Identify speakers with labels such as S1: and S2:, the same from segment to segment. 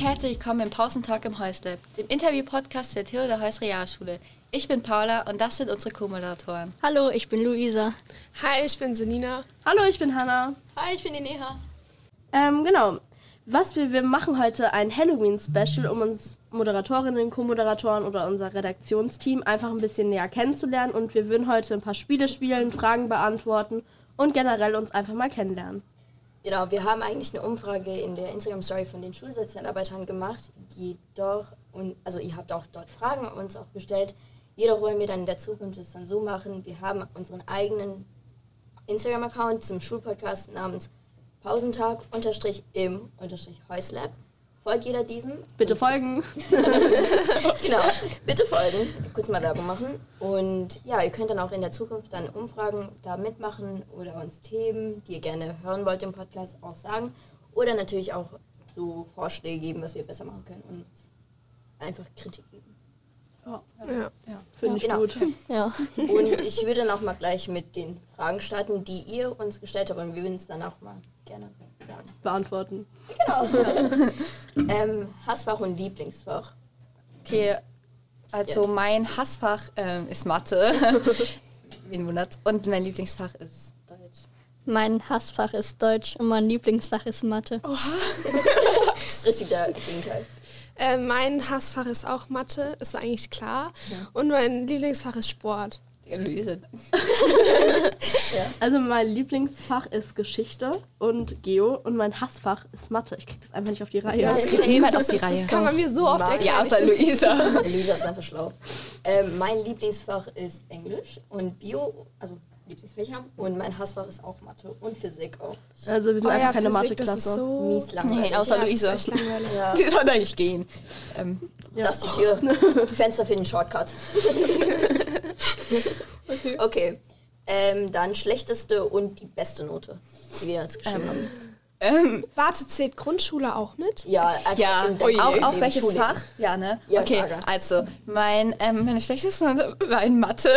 S1: herzlich willkommen im Pausentalk im Häusle, dem Interview-Podcast der Theodor Heuss Realschule. Ich bin Paula und das sind unsere Co-Moderatoren.
S2: Hallo, ich bin Luisa.
S3: Hi, ich bin Senina.
S4: Hallo, ich bin Hanna.
S5: Hi, ich bin die Neha.
S4: Ähm, genau. Was wir, wir machen heute ein Halloween-Special, um uns Moderatorinnen, Co-Moderatoren oder unser Redaktionsteam einfach ein bisschen näher kennenzulernen. Und wir würden heute ein paar Spiele spielen, Fragen beantworten und generell uns einfach mal kennenlernen.
S6: Genau, wir haben eigentlich eine Umfrage in der Instagram-Story von den Schulsozialarbeitern gemacht. Jedoch, und, also ihr habt auch dort Fragen uns auch gestellt. Jedoch wollen wir dann in der Zukunft es dann so machen, wir haben unseren eigenen Instagram-Account zum Schulpodcast namens Pausentag unterstrich im unterstrich Häuslab. Folgt jeder diesem.
S4: Bitte folgen.
S6: genau, bitte folgen. Kurz mal Werbung machen. Und ja, ihr könnt dann auch in der Zukunft dann Umfragen da mitmachen oder uns Themen, die ihr gerne hören wollt im Podcast, auch sagen. Oder natürlich auch so Vorschläge geben, was wir besser machen können und einfach Kritiken.
S3: Ja.
S4: Finde ich
S6: Genau.
S4: gut.
S2: Ja.
S6: Und ich würde dann auch mal gleich mit den Fragen starten, die ihr uns gestellt habt und wir würden es dann auch mal gerne sagen.
S4: Beantworten.
S6: Ähm, Hassfach und Lieblingsfach.
S1: Okay, also mein Hassfach ähm, ist Mathe. Wen wundert's? Und mein Lieblingsfach ist Deutsch.
S2: Mein Hassfach ist Deutsch und mein Lieblingsfach ist Mathe.
S6: Richtig der Gegenteil.
S3: Äh, mein Hassfach ist auch Mathe, ist eigentlich klar. Und mein Lieblingsfach ist Sport.
S1: Ja, Luise.
S4: Also mein Lieblingsfach ist Geschichte und Geo und mein Hassfach ist Mathe. Ich krieg das einfach nicht auf die Reihe.
S1: Das kriegt niemand auf die Reihe.
S3: Das kann man mir so oft
S6: Nein.
S1: Ja,
S3: erklären.
S1: außer Luisa.
S6: Elisa ist einfach schlau. Ähm, mein Lieblingsfach ist Englisch und Bio, also Lieblingsfächer. Und mein Hassfach ist auch Mathe und Physik auch.
S4: Also wir sind
S3: Euer
S4: einfach keine
S3: Oh Physik, das ist
S4: Matheklasse.
S3: so
S6: Mies langweilig.
S1: Nee, außer Luisa.
S3: echt langweilig.
S6: Ja.
S1: Die soll da nicht gehen. Ähm,
S4: Ja.
S6: Das ist die Tür. Die Fenster für den Shortcut. okay. Ähm, dann schlechteste und die beste Note, die wir jetzt geschrieben haben.
S1: ähm,
S3: Warte, zählt Grundschule auch
S4: Oh
S3: mit?
S6: Ja, einfach
S1: ja,
S6: Also
S1: Oh
S6: in der-
S1: auch, auch
S6: in
S1: welches
S6: Schule.
S1: Fach? Ja, ne?
S6: Ja,
S1: okay,
S6: sage.
S1: also mein, ähm, meine schlechteste Note war in Mathe,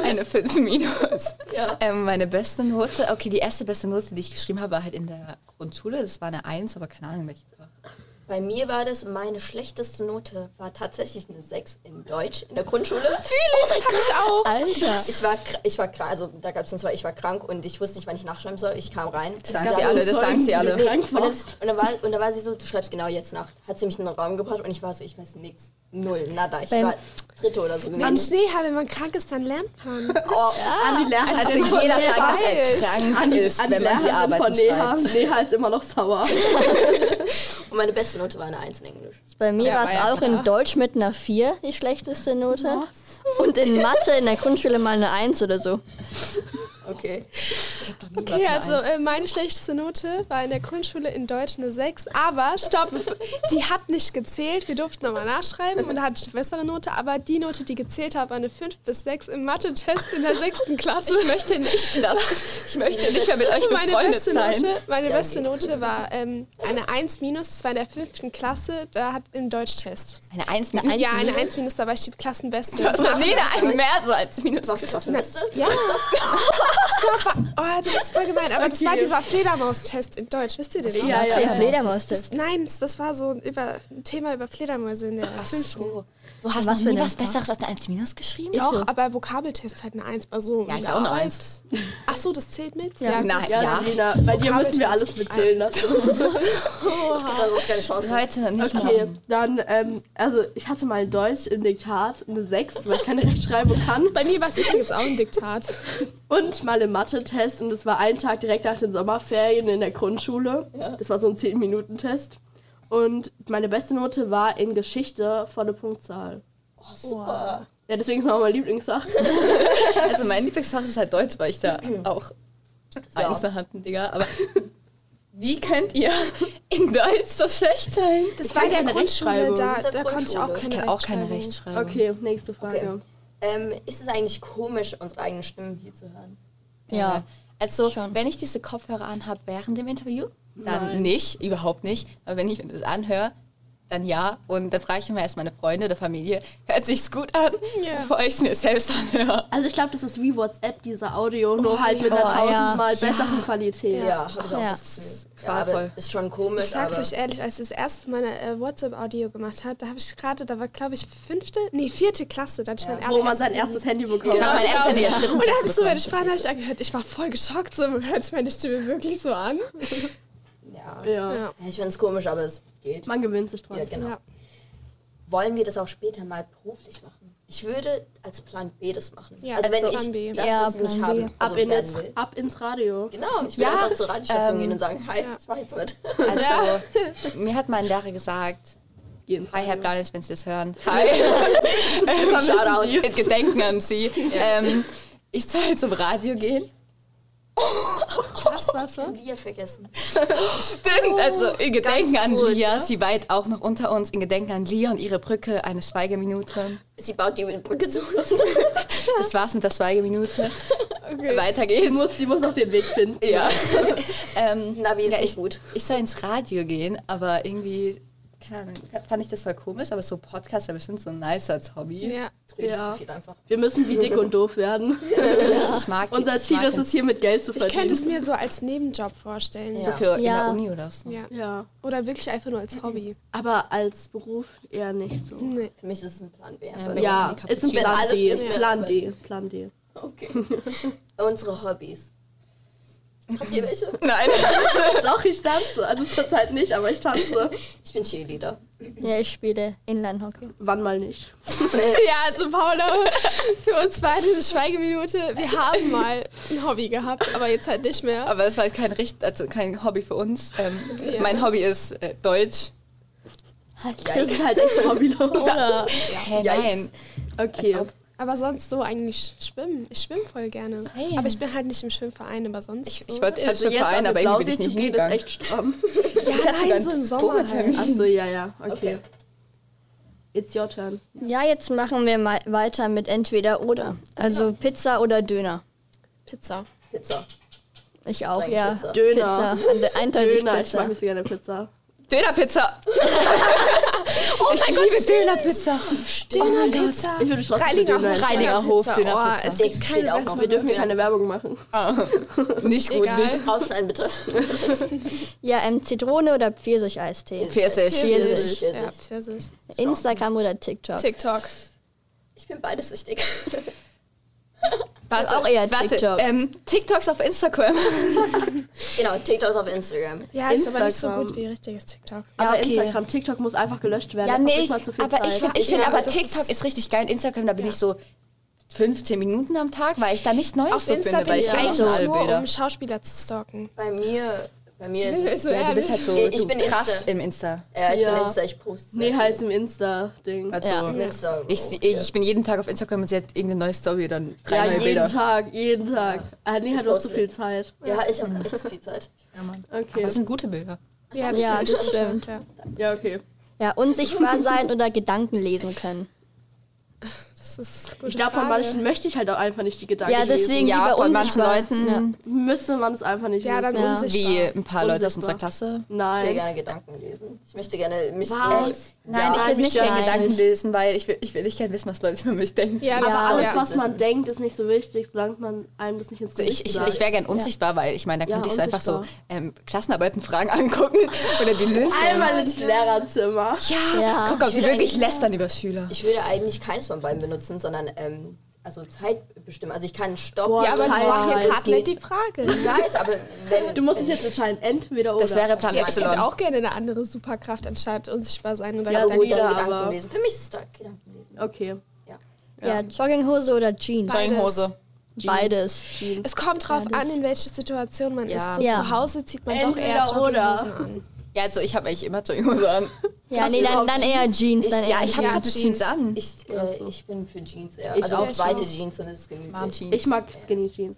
S1: eine 5 minus.
S6: Ja.
S1: Ähm, meine beste Note, okay, die erste beste Note, die ich geschrieben habe, war halt in der Grundschule. Das war eine 1, aber keine Ahnung, welche Fach.
S6: Bei mir war das, meine schlechteste Note war tatsächlich eine 6 in Deutsch in der Grundschule.
S3: Ich hab ich auch.
S2: Alter.
S6: Ich war, kr- ich war krank, also da gab es zwei, ich war krank und ich wusste nicht, wann ich nachschreiben soll. Ich kam rein.
S1: Das sagen
S6: Sie
S1: sie alle, das sagen sie alle.
S4: Nee. krank
S6: und, dann,
S4: warst.
S6: und, dann war, und dann war sie so, du schreibst genau jetzt nach. Hat sie mich in den Raum gebracht und ich war so, ich weiß nichts. Null, nada. Ich
S2: Beim-
S6: war dritte oder so
S3: An
S6: gewesen.
S3: Schnee, wenn man krank ist, dann lernt man.
S6: Oh,
S4: An die Lehrerin
S1: Also jeder sagt, dass er
S3: weiß.
S1: krank ist,
S4: an die
S1: wenn man die
S4: Lehrerin
S1: Arbeit
S4: von Neha.
S1: schreibt.
S4: Neha ist immer noch sauer.
S6: Und meine beste Note war eine 1 in Englisch.
S2: Bei mir
S3: Ja,
S2: war
S3: war
S2: es
S3: ja
S2: auch in
S3: klar.
S2: Deutsch mit einer 4 die schlechteste Note. Und in Mathe in der Grundschule mal eine 1 oder so.
S6: Okay.
S3: Okay, also äh, meine schlechteste Note war in der Grundschule in Deutsch eine 6, aber stopp, die hat nicht gezählt. Wir durften nochmal nachschreiben und da hatte ich eine bessere Note, aber die Note, die gezählt hat, war eine 5 bis 6 im Mathe-Test in der 6. Klasse.
S1: Ich möchte nicht, dass, ich möchte nicht mehr mit euch
S3: meine
S1: befreundet
S3: beste,
S1: sein.
S3: Note, meine
S6: Ja,
S3: beste Note war ähm, eine 1 minus, das war in der 5. Klasse, da hat im Deutschtest.
S1: Eine 1, eine 1.
S3: Ja, eine 1 minus, da war ich die Klassenbeste.
S1: Du hast noch nie einen mehr so als Minus.
S6: Was ist das Beste?
S3: Ja, stopp, wa- oh, das ist voll gemein, aber das war dieser Fledermaus-Test in Deutsch, wisst ihr den noch?
S4: Ja, ja.
S2: Fledermaus-Test.
S3: Nein, das war so ein über, ein Thema über Fledermäuse in der fünften.
S6: So.
S1: Du hast
S2: Was
S1: noch nie
S2: für eine
S1: was
S2: Fach?
S1: Besseres als eine 1 Minus geschrieben?
S3: Doch, aber Vokabeltest halt eine Eins. Also
S1: Ja,
S3: in
S1: ist
S3: der
S1: auch eine
S3: Arbeit.
S1: Eins.
S3: Ach so, das zählt mit?
S1: Ja, nein,
S4: Ja,
S1: ja.
S4: Selina, bei dir müssen wir alles mitzählen. Das
S6: Es gibt also keine Chance.
S1: Leute, nicht
S4: Okay, dann, ähm, also ich hatte mal Deutsch im Diktat eine 6, weil ich keine Rechtschreibung kann.
S3: Bei mir war es übrigens auch ein Diktat.
S4: Und mal im Mathe-Test und das war ein Tag direkt nach den Sommerferien in der Grundschule. Das war so ein 10-Minuten-Test. Und meine beste Note war in Geschichte volle Punktzahl.
S6: Oh, super.
S4: Ja, deswegen ist es auch mein Lieblingsfach.
S1: Also mein Lieblingsfach ist halt Deutsch, weil ich da auch
S6: So.
S1: Einsen hatten, Digga. Aber wie könnt ihr in Deutsch so schlecht sein?
S3: Das
S4: Ich
S3: war in
S4: kann
S3: der
S4: keine
S3: Grundschule,
S4: Rechtschreibung.
S3: da,
S6: Das ist ja
S3: da konnte ich auch
S6: Grundschule.
S3: keine,
S6: Ich
S3: Rechtschreibung.
S1: Rechtschreibung.
S4: Okay, nächste Frage.
S6: Okay. Ähm, ist es eigentlich komisch, unsere eigenen Stimmen hier zu hören?
S2: Ja.
S1: Also,
S2: Schon.
S1: wenn ich diese Kopfhörer anhabe während dem Interview, dann
S4: Nein.
S1: nicht, überhaupt nicht. Aber wenn ich mir das anhöre, dann ja. Und dann frage ich immer erst meine Freunde oder Familie, hört sich's gut an,
S3: Ja.
S1: bevor ich es mir selbst anhöre.
S4: Also ich glaube, das ist wie WhatsApp, dieser Audio, nur halt mit einer
S2: ja.
S4: tausendmal besseren Qualität.
S6: Ja, habe ich auch
S2: Ja.
S6: das Gefühl.
S1: ist
S6: Ja, aber
S1: qualvoll.
S6: ist schon
S3: Ich
S6: komisch,
S3: sag's
S6: aber
S3: euch ehrlich, als ich das erste Mal eine äh, WhatsApp-Audio gemacht hat, da habe ich gerade, da war glaube ich fünfte, nee, vierte Klasse, da hatte ich mein
S4: Wo man sein
S3: allererstes-
S4: erstes Handy bekommt.
S1: Ich habe mein erstes Handy in der dritten
S3: Und da
S1: Klasse
S3: habe ich so meine
S1: bekommen.
S3: Sprachnachricht angehört. Ich war voll geschockt, so hört meine Stimme wirklich so an.
S6: ja.
S4: Ja.
S3: Ja.
S6: Ich finde es komisch, aber es geht.
S4: Man gewöhnt sich dran.
S6: Ja, genau.
S3: Ja.
S6: Wollen wir das auch später mal beruflich machen? Ich würde als Plan B das machen.
S3: Ja,
S6: also wenn
S3: als Plan
S6: ich
S3: B.
S6: das
S2: Ja,
S6: was ich nicht
S2: Plan
S6: haben,
S2: B.
S6: also
S4: Ab, in
S6: werden
S4: ins,
S6: will.
S4: ab ins Radio.
S6: Genau, ich will
S1: Ja,
S6: einfach zur Radiostation
S1: ähm,
S6: gehen und sagen, hi,
S3: ja.
S6: ich mache jetzt mit.
S1: Also, mir hat mein Lehrer gesagt,
S4: Geh ins
S1: Hi, Herr
S4: Radio.
S1: Planis, wenn Sie das hören. Hi. Shoutout.
S4: Sie.
S1: Mit Gedenken an Sie. Ähm, ich soll zum Radio gehen.
S3: Was, was, was?
S6: Lieder vergessen.
S1: Stimmt, also in Gedenken an
S6: gut,
S1: Lia. Sie weit auch noch unter uns. In Gedenken an Lia und ihre Brücke, eine Schweigeminute.
S6: Sie baut die Brücke zu uns.
S1: Das war's mit der Schweigeminute.
S3: Okay.
S1: Weiter geht's.
S4: Muss, sie muss noch den Weg finden.
S1: ja. ähm,
S6: Navi ist
S1: ja,
S6: nicht
S1: ich,
S6: gut.
S1: Ich soll ins Radio gehen, aber irgendwie, keine Ahnung, fand ich das voll komisch, aber so Podcast wäre bestimmt so nice als Hobby.
S3: Ja.
S6: Redest
S4: Ja.
S6: du viel einfach.
S4: Wir müssen wie dick und doof werden.
S1: Ich mag die-
S4: Unser
S1: ich
S4: Ziel
S1: mag
S4: ist es, hier mit Geld zu
S3: Ich könnte es
S4: verdienen.
S3: mir so als Nebenjob vorstellen.
S1: So
S6: Ja.
S1: für in
S2: Ja.
S1: der Uni oder so.
S3: Ja.
S4: Ja.
S3: Oder wirklich einfach nur als Hobby.
S4: Aber als Beruf eher nicht so.
S3: Nee.
S6: Für mich ist es ein Plan B.
S1: Ja,
S6: einfach.
S4: Ja,
S1: die
S4: ist ein
S6: Wenn
S4: Plan
S6: alles
S4: D.
S6: nicht mehr-
S4: Plan D. Plan D.
S6: Okay. Unsere Hobbys. Habt ihr welche?
S1: Nein.
S4: Doch, ich tanze. Also zurzeit nicht, aber ich tanze.
S6: Ich bin Cheerleader.
S2: Ja, ich spiele Inline-Hockey.
S4: Wann mal nicht.
S3: Ja, also Paula, für uns beide eine Schweigeminute. Wir haben mal ein Hobby gehabt, aber jetzt halt nicht mehr.
S1: Aber es war halt kein richt, also kein Hobby für uns. Ähm, Mein Hobby ist äh, Deutsch.
S2: Halt,
S6: Ja,
S2: das
S4: Das
S2: ist
S4: ist halt echt hobbylos.
S1: Oder?
S6: Yikes.
S1: nein.
S4: Okay.
S3: Aber sonst so eigentlich schwimmen. Ich schwimme voll gerne.
S1: Same.
S3: Aber ich bin halt nicht im Schwimmverein, aber sonst
S1: Ich,
S3: so.
S1: ich wollte also
S4: Also
S1: schon
S4: jetzt
S1: verein,
S4: an
S1: aber
S4: den
S1: irgendwie bin
S4: Blausee
S1: ich
S4: zu
S1: nicht
S4: gehen, ist
S1: hingegangen.
S4: echt stramm.
S1: ich
S3: ja,
S1: hatte sogar
S3: nein,
S1: einen
S3: so im Sommer halt.
S4: Achso, ja, ja. Okay.
S6: Okay.
S4: It's your turn.
S2: Ja, jetzt machen wir mal weiter mit entweder oder. Also Pizza oder Döner.
S3: Pizza.
S6: Pizza.
S2: Ich auch,
S6: Nein,
S2: ja.
S6: Pizza.
S4: Döner.
S2: Pizza. Ande- Eindeutig
S4: Döner. Ich
S2: Pizza.
S4: mag nicht so gerne Pizza.
S1: Dönerpizza. oh ich mein Gott, liebe Dönerpizza.
S3: Dönerpizza.
S4: Oh Ich würde trotzdem Döner
S3: Reinigerhof.
S4: essen.
S1: Reinigerhof,
S3: Dönerpizza.
S1: Dönerpizza.
S3: Oh, es gibt
S6: Steht
S3: keine
S6: auch
S3: bessere.
S6: auf.
S4: Wir dürfen hier keine Werbung machen.
S1: Nicht gut,
S3: Egal.
S1: nicht
S6: Rausschneiden bitte.
S2: Ja, ähm, Zitrone oder Pfirsicheis-Tee.
S1: Pfirsich.
S2: Pfirsich.
S3: Ja, Pfirsich.
S2: Instagram oder TikTok.
S3: TikTok.
S6: Ich bin beides süchtig.
S2: Auch eher TikTok.
S1: Warte, ähm, TikToks auf Instagram.
S6: genau, TikToks auf Instagram.
S3: Ja, ist aber nicht so
S4: Instagram.
S3: gut wie richtiges TikTok.
S4: Aber
S1: okay.
S4: Instagram, TikTok muss einfach gelöscht werden. Das hat nicht mal zu viel
S1: aber ich,
S4: Zeit.
S1: ich
S6: Ja,
S1: finde
S6: aber
S1: aber
S6: das
S1: TikTok ist, richtig geil. Instagram, da bin ich so 15 Minuten am Tag, weil ich da nichts Neues
S3: Auf
S1: so
S3: Insta
S1: finde,
S3: bin
S1: weil ich
S3: ich
S1: gar nicht
S3: eigentlich
S1: so alle
S3: nur,
S1: Bilder.
S3: um Schauspieler zu stalken.
S6: Bei mir, bei mir ist es.
S3: so
S1: Ja, du bist halt
S3: ehrlich.
S1: so
S6: Ich- ich
S1: du
S6: bin
S1: krass
S6: Insta.
S1: im Insta.
S6: Ja, ich
S4: Ja.
S6: bin Insta, ich poste.
S4: Nee, halt, heißt im Insta-Ding.
S1: Also,
S2: Ja.
S6: Insta.
S1: ich,
S6: oh,
S1: ich,
S6: ja.
S1: ich bin jeden Tag auf Instagram und sie hat irgendeine neue Story oder drei
S4: Ja,
S1: neue
S4: jeden
S1: Bilder.
S4: Tag, jeden Tag. Ah, nee,
S6: Ich
S4: hat auch so
S6: poste
S4: viel Zeit.
S6: Ja, ich habe echt zu viel Zeit.
S4: Okay.
S1: Das sind gute Bilder.
S3: Ja,
S2: Ja,
S3: ist
S2: das
S3: schon
S2: stimmt.
S3: Ja.
S4: Ja, okay.
S2: Ja, unsichtbar sein oder Gedanken lesen können.
S3: Das ist eine gute
S4: Ich glaube, von
S3: Frage.
S4: manchen möchte ich halt auch einfach nicht die Gedanken.
S2: Ja,
S4: lesen.
S2: deswegen
S1: Ja,
S2: lieber
S1: von manchen
S2: unsichtbar.
S1: Leuten,
S4: Müsste man es einfach nicht
S3: Ja, dann
S4: lesen.
S2: Ja.
S3: unsichtbar.
S1: wie ein paar Leute aus unserer
S4: Unsichtbar.
S1: Klasse.
S6: Ich will
S4: Nein.
S6: gerne Gedanken lesen. Ich möchte gerne mich
S4: Was?
S6: so.
S1: Nein,
S6: ja,
S1: ich will nicht
S2: ja,
S1: gerne
S2: nein.
S1: Gedanken lesen, weil ich will, ich will nicht gerne wissen, was Leute über mich denken.
S3: Ja,
S4: Aber
S3: das
S4: alles,
S3: ja.
S4: was man denkt, ist nicht so wichtig, solange man einem das nicht ins
S1: Also
S4: Gesicht
S1: ich ich,
S4: sagt.
S1: ich wäre gern unsichtbar, weil ich meine, da
S4: Ja,
S1: könnte ich so einfach so
S4: unsichtbar. Also,
S1: ähm, Klassenarbeitenfragen angucken oder die Lösung.
S4: Einmal ins Lehrerzimmer.
S1: Ja,
S2: Ja.
S1: guck, ob die
S6: Ich will
S1: wirklich
S6: eigentlich-
S1: lästern über Schüler.
S6: Ich würde eigentlich keines von beiden benutzen, sondern ähm, also Zeit bestimmen. Also ich kann stoppen.
S4: Boah,
S3: Ja, aber das
S4: Zeit
S3: war hier
S4: heißt
S3: gerade nicht die Frage.
S6: ich weiß, aber wenn
S4: Du musst es jetzt entscheiden, entweder oder.
S1: Das wäre Plan
S3: Ich hätte
S1: Y.
S3: auch gerne eine andere Superkraft, anstatt unsichtbar sein oder
S4: Ja,
S3: Gedanken-
S6: gut,
S4: jeder,
S6: dann Gedanken
S4: aber-
S6: lesen. Für mich ist es da Gedanken lesen.
S4: Okay.
S6: Ja.
S2: Ja, Jogginghose oder Jeans.
S3: Beides.
S1: Hose.
S2: Beides.
S4: Jeans.
S3: Es kommt drauf an, in welcher Situation man ist. So
S2: Ja.
S3: Zu Hause zieht man doch
S4: Entweder
S3: eher
S4: oder.
S3: Jogginghosen an.
S1: Ja, also ich habe eigentlich immer Jogginghose an.
S2: Ja,
S6: Hast
S2: nee,
S6: du
S2: dann,
S6: überhaupt
S2: dann eher Jeans.
S6: Ich-
S2: Dann eher
S1: Ja, ich habe
S2: Jeans.
S1: gerade Jeans an.
S6: Ich, äh, ich bin für Jeans eher.
S4: Ich
S6: also
S4: auch.
S6: auch weite Jeans und es ist
S1: Mom
S6: gemütlich.
S1: Jeans.
S4: Ich mag Skinny Jeans.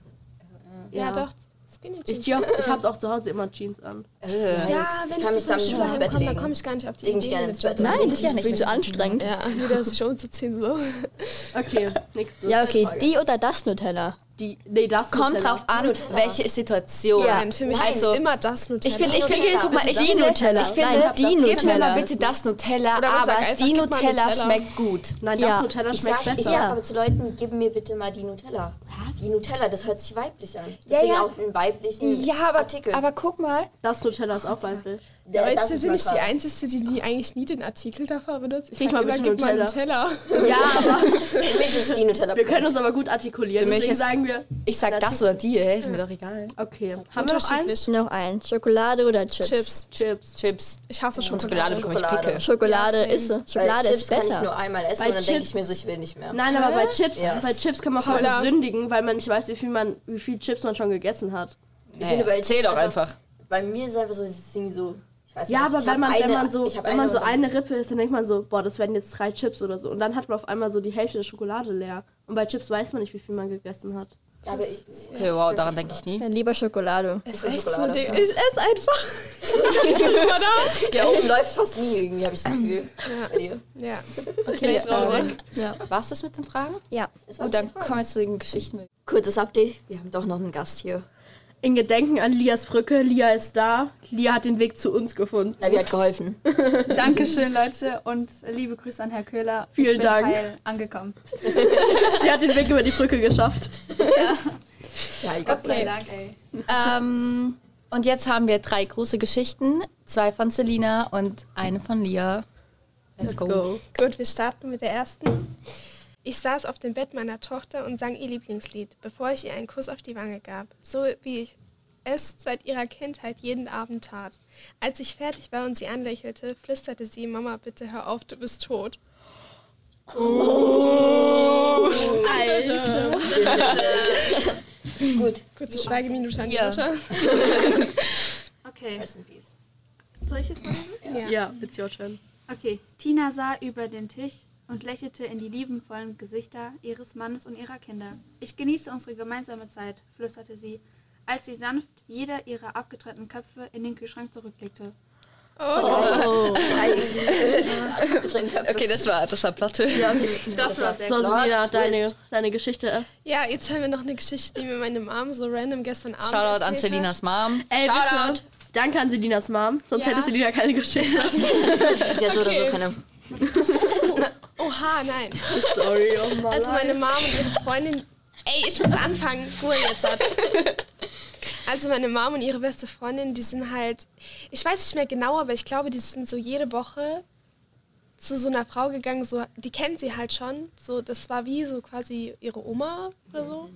S3: Ja, doch. Skinny
S4: Ich,
S3: Jeans.
S4: zieh auch, ich hab's auch zu Hause immer Jeans an.
S1: Äh.
S3: ja,
S6: Ich
S3: wenn
S6: kann mich
S3: zum
S6: damit
S3: Beispiel
S6: nicht ins
S3: dahin
S6: Bett
S3: komme, dann
S6: legen.
S3: komme ich gar nicht auf die
S6: Leg mich
S3: Idee.
S6: gerne
S3: mit
S6: ins Bett.
S2: Nein, das ist
S1: Das
S2: ja
S1: ist
S2: nicht
S1: viel
S2: so
S1: zu
S2: anstrengend.
S3: Ja, wieder sich umzuziehen so.
S4: Okay, nächste.
S2: Ja, okay, die oder das Nutella?
S4: die. Nee, das
S1: Kommt
S4: Nutella.
S1: drauf an, welche Situation.
S2: Ja.
S3: Nein, für mich
S1: also,
S3: ist es immer das Nutella.
S1: Ich finde, ich finde, guck mal, ich
S2: Die
S1: finde,
S2: Nutella.
S1: Ich finde,
S2: Nein,
S1: die Nutella.
S2: das-
S1: Gib mir
S2: Nutella.
S1: mal bitte das Nutella,
S3: Oder man
S1: aber
S3: sagt einfach,
S1: die
S3: gib mal
S1: Nutella,
S3: Nutella.
S1: schmeckt gut.
S4: Nein,
S2: Ja.
S4: das Nutella
S6: Ich
S4: schmeckt
S6: sage
S4: besser.
S2: Ja.
S6: sag aber zu Leuten, gib mir bitte mal die Nutella. Was? Die Nutella, das hört sich weiblich an. Deswegen
S1: ja.
S6: auch einen weiblichen Artikel.
S1: aber guck mal,
S4: Das Nutella ist auch weiblich.
S6: Der- das
S3: Leute,
S6: ist
S3: bin ich die
S6: neutral.
S3: Einzige, die, die eigentlich nie den Artikel davon benutzt. Ich
S4: Krieg
S3: sag
S4: mal
S3: immer,
S4: bitte
S3: gib mal
S4: Nutella.
S3: Nutella.
S4: Ja, aber
S6: Für mich ist die Nutella.
S4: wir können uns aber gut artikulieren.
S1: Für mich
S4: Deswegen
S1: ist-
S4: sagen wir.
S1: ich sag das oder die, ey, ist mir doch egal.
S4: Okay. Haben wir noch eins?
S2: Noch eins. Schokolade oder Chips?
S3: Chips.
S4: Chips.
S1: Chips.
S3: Ich hasse
S1: Und Schokolade
S3: Schokolade.
S1: bekomme ich
S6: Schokolade.
S1: Pickel.
S2: Schokolade ist sie.
S6: Weil
S2: Schokolade
S6: Chips
S2: ist
S6: kann ich nur
S2: besser.
S6: einmal essen
S4: Bei
S6: und dann denke ich
S4: Chips-
S6: mir so, ich will nicht mehr.
S4: Nein, aber bei Chips,
S6: Yes.
S4: bei Chips kann man voll
S3: Paula.
S4: sündigen, weil man nicht weiß, wie viel, man, wie viel Chips man schon gegessen hat.
S6: Ich finde, bei-
S1: Zähl doch einfach.
S6: Bei mir ist einfach so, es ist irgendwie so. Ich weiß
S4: Ja,
S6: nicht,
S4: aber
S6: ich
S4: wenn
S6: hab
S4: man,
S6: eine,
S4: wenn man so,
S6: ich hab
S4: wenn man so
S6: und dann-
S4: eine Rippe ist, dann denkt man so, boah, das werden jetzt drei Chips oder so. Und dann hat man auf einmal so die Hälfte der Schokolade leer. Und bei Chips weiß man nicht, wie viel man gegessen hat.
S6: Ja, aber ich,
S1: Okay, wow, daran denke ich nie.
S2: Ja, lieber Schokolade.
S3: Ist
S6: echt so, Schokolade. Digga.
S3: Ich esse einfach. Oder?
S6: ja, oben läuft fast nie irgendwie, habe ich das Gefühl. Bei dir.
S3: Ja.
S1: Okay, ähm,
S2: Ja.
S1: war's das mit den Fragen?
S2: Ja.
S6: Das war's
S1: Und dann
S6: mit den Fragen.
S1: kommen wir zu den Geschichten.
S6: Kurzes Update, wir haben doch noch einen Gast hier.
S4: In Gedenken an Lias Brücke, Lia ist da. Lia hat den Weg zu uns gefunden.
S6: Na, wir hat geholfen.
S5: Dankeschön, Leute, und liebe Grüße an Herr Köhler.
S4: Vielen
S5: ich bin
S4: Dank.
S5: Heil angekommen.
S4: Sie hat den Weg über die Brücke geschafft.
S6: Ja, die
S5: Gott sei
S1: Okay.
S5: Dank, ey.
S1: Ähm, und jetzt haben wir drei große Geschichten. Zwei von Selina und eine von Lia. Let's, go.
S3: Gut, wir starten mit der ersten. Ich saß auf dem Bett meiner Tochter und sang ihr Lieblingslied, bevor ich ihr einen Kuss auf die Wange gab, so wie ich es seit ihrer Kindheit jeden Abend tat. Als ich fertig war und sie anlächelte, flüsterte sie, Mama, bitte hör auf, du bist tot.
S4: Alter.
S6: Gut.
S3: Kurze Schweigeminute an die
S1: Ja.
S3: Mutter.
S5: Okay,
S6: Rest in peace.
S5: soll ich jetzt mal lesen?
S4: Ja, it's your turn.
S5: Okay. Tina sah über den Tisch und lächelte in die liebenvollen Gesichter ihres Mannes und ihrer Kinder. Ich genieße unsere gemeinsame Zeit, flüsterte sie, als sie sanft jeder ihrer abgetrennten Köpfe in den Kühlschrank zurücklegte.
S1: Okay, das war, das war Platte. Ja.
S5: Das war sehr
S4: So, Selina, deine, deine Geschichte.
S3: Ja, jetzt hören wir noch eine Geschichte, die mir meine Mom so random gestern Abend
S1: Shoutout an
S3: erzählt hat.
S1: Selinas Mom.
S4: Ey, bitte. Danke an Selinas Mom, sonst
S3: Ja.
S4: hätte Selina keine Geschichte.
S6: Ist ja so oder so keine.
S3: Oha, nein.
S4: Sorry, oh Mann.
S3: Also meine Mom und ihre Freundin. Ey, ich muss anfangen. Ruhe jetzt ab. Also meine Mom und ihre beste Freundin, die sind halt, ich weiß nicht mehr genau, aber ich glaube, die sind so jede Woche zu so einer Frau gegangen, so, die kennen sie halt schon. So, das war wie so quasi ihre Oma oder so.